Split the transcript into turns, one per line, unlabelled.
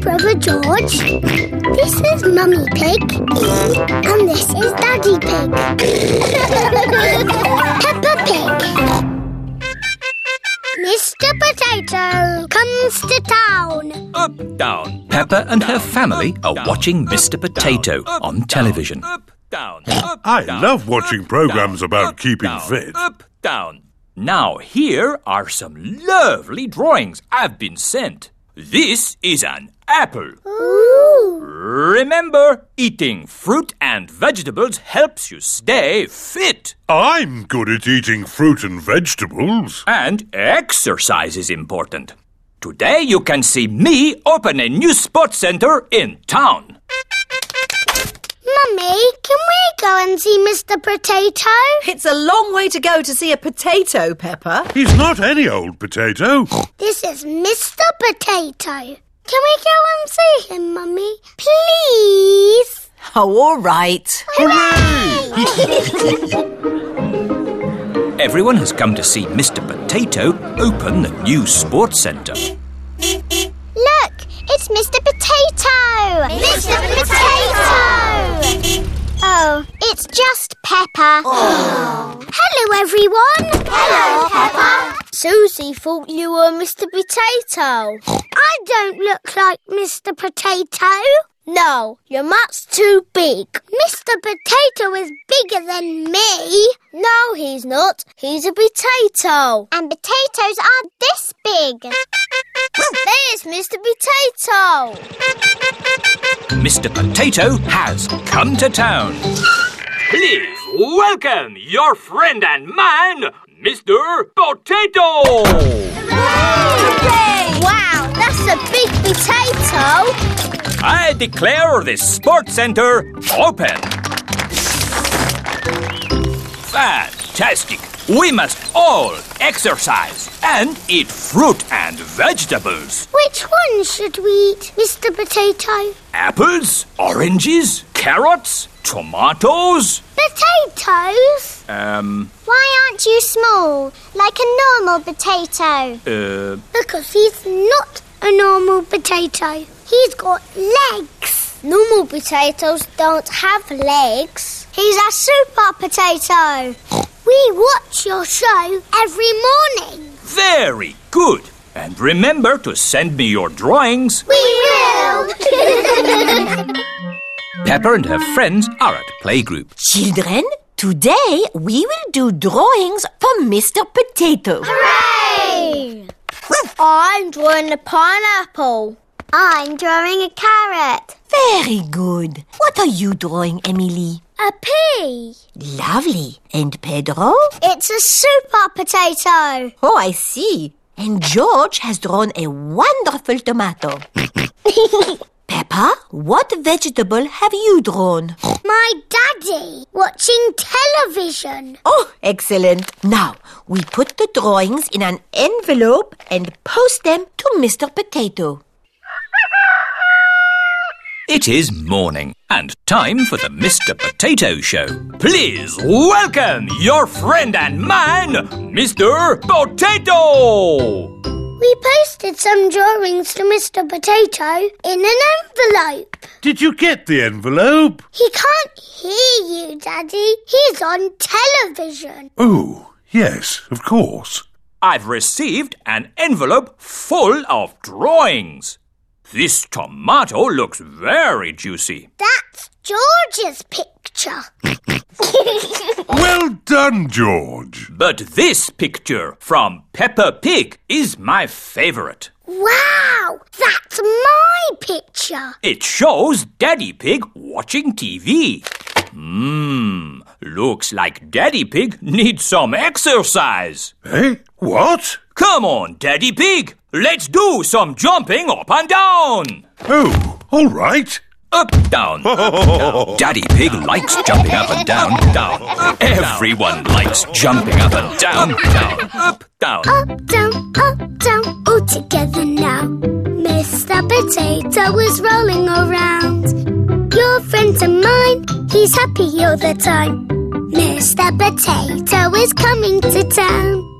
Brother George. This is Mummy Pig. And this is Daddy Pig. Peppa Pig. Mr. Potato comes to town.
Up, down,
Peppa and her family are watching Mr. Potato on television.
up, down, up,
I
down,
love watching
up,
programs
down,
about
up,
keeping
down,
fit.
Up, down. Now here are some lovely drawings I've been sent. This is an apple.
Ooh.
Remember, eating fruit and vegetables helps you stay fit.
I'm good at eating fruit and vegetables.
And exercise is important. Today you can see me open a new sports center in town.
Mummy, can we go and see Mr. Potato?
It's a long way to go to see a potato, Pepper.
He's not any old potato.
This is Mr. Potato. Can we go and see him, Mummy? Please?
Oh, all right.
Hooray!
Everyone has come to see Mr. Potato open the new sports center.
Look, it's Mr. Potato! Mr. Potato! Oh, it's just Peppa. Hello, everyone. Hello, Peppa. Susie thought you were Mr. Potato. I don't look like Mr. Potato. No, your much too big. Mr. Potato is bigger than me. No, he's not. He's a potato. And potatoes are this big. There's Mr. Potato.
Mr. Potato has come to town. Please welcome your friend and mine, Mr. Potato!
Wow, that's a big potato.
I declare this sports center open. Fantastic! We must all exercise and eat fruit and vegetables.
Which one should we eat, Mr. Potato?
Apples, oranges, carrots, tomatoes.
Potatoes?
Um,
Why aren't you small, like a normal potato?
uh,
Because he's not a normal potato. He's got legs. Normal potatoes don't have legs. He's a super potato. we watch your show every morning.
very good. And remember to send me your drawings.
We will.
Pepper and her friends are at playgroup.
Children, today we will do drawings for Mr. Potato.
Hooray! I'm drawing a pineapple. I'm drawing a carrot.
Very good. What are you drawing, Emily?
A pea.
Lovely. And Pedro?
It's a super potato.
Oh, I see. And George has drawn a wonderful tomato. Peppa, what vegetable have you drawn?
My daddy watching television.
Oh, excellent. Now, we put the drawings in an envelope and post them to Mr. Potato.
It is morning and time for the Mr. Potato Show. Please welcome your friend and mine, Mr. Potato!
We posted some drawings to Mr. Potato in an envelope.
Did you get the envelope?
He can't hear you, Daddy. He's on television.
Oh, yes, of course.
I've received an envelope full of drawings. This tomato looks very juicy.
That's George's picture.
Well done, George.
But this picture from Peppa Pig is my favorite.
wow, that's my picture.
It shows Daddy Pig watching TV. Mmm, looks like Daddy Pig needs some exercise.
Eh? What?
Come on, Daddy Pig, let's do some jumping up and down.
Oh, all right.
Up, down. Daddy Pig likes jumping up and down, down. Everyone likes jumping up and down, down, up, down.
Up, down, up, down, all together now. Mr. Potato is rolling around. Your friends and mine, he's happy all the time. Mr. Potato is coming to town.